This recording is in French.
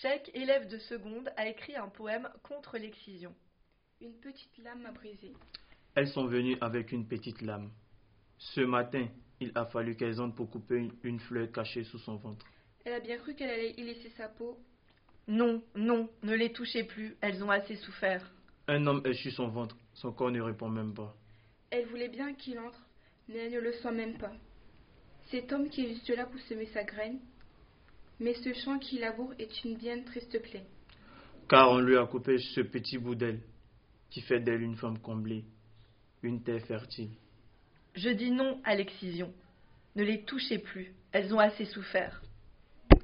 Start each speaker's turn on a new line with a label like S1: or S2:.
S1: Cheikh, élève de seconde, a écrit un poème contre l'excision.
S2: Une petite lame m'a brisé.
S3: Elles sont venues avec une petite lame. Ce matin, il a fallu qu'elles entrent pour couper une, une fleur cachée sous son ventre.
S2: Elle a bien cru qu'elle allait y laisser sa peau.
S1: Non, non, ne les touchez plus, elles ont assez souffert.
S3: Un homme échoue son ventre, son corps ne répond même pas.
S2: Elle voulait bien qu'il entre, mais elle ne le sent même pas. Cet homme qui est juste là pour semer sa graine, mais ce champ qui laboure est une bien triste plaie.
S3: Car on lui a coupé ce petit bout d'elle, qui fait d'elle une femme comblée, une terre fertile.
S1: Je dis non à l'excision. Ne les touchez plus, elles ont assez souffert.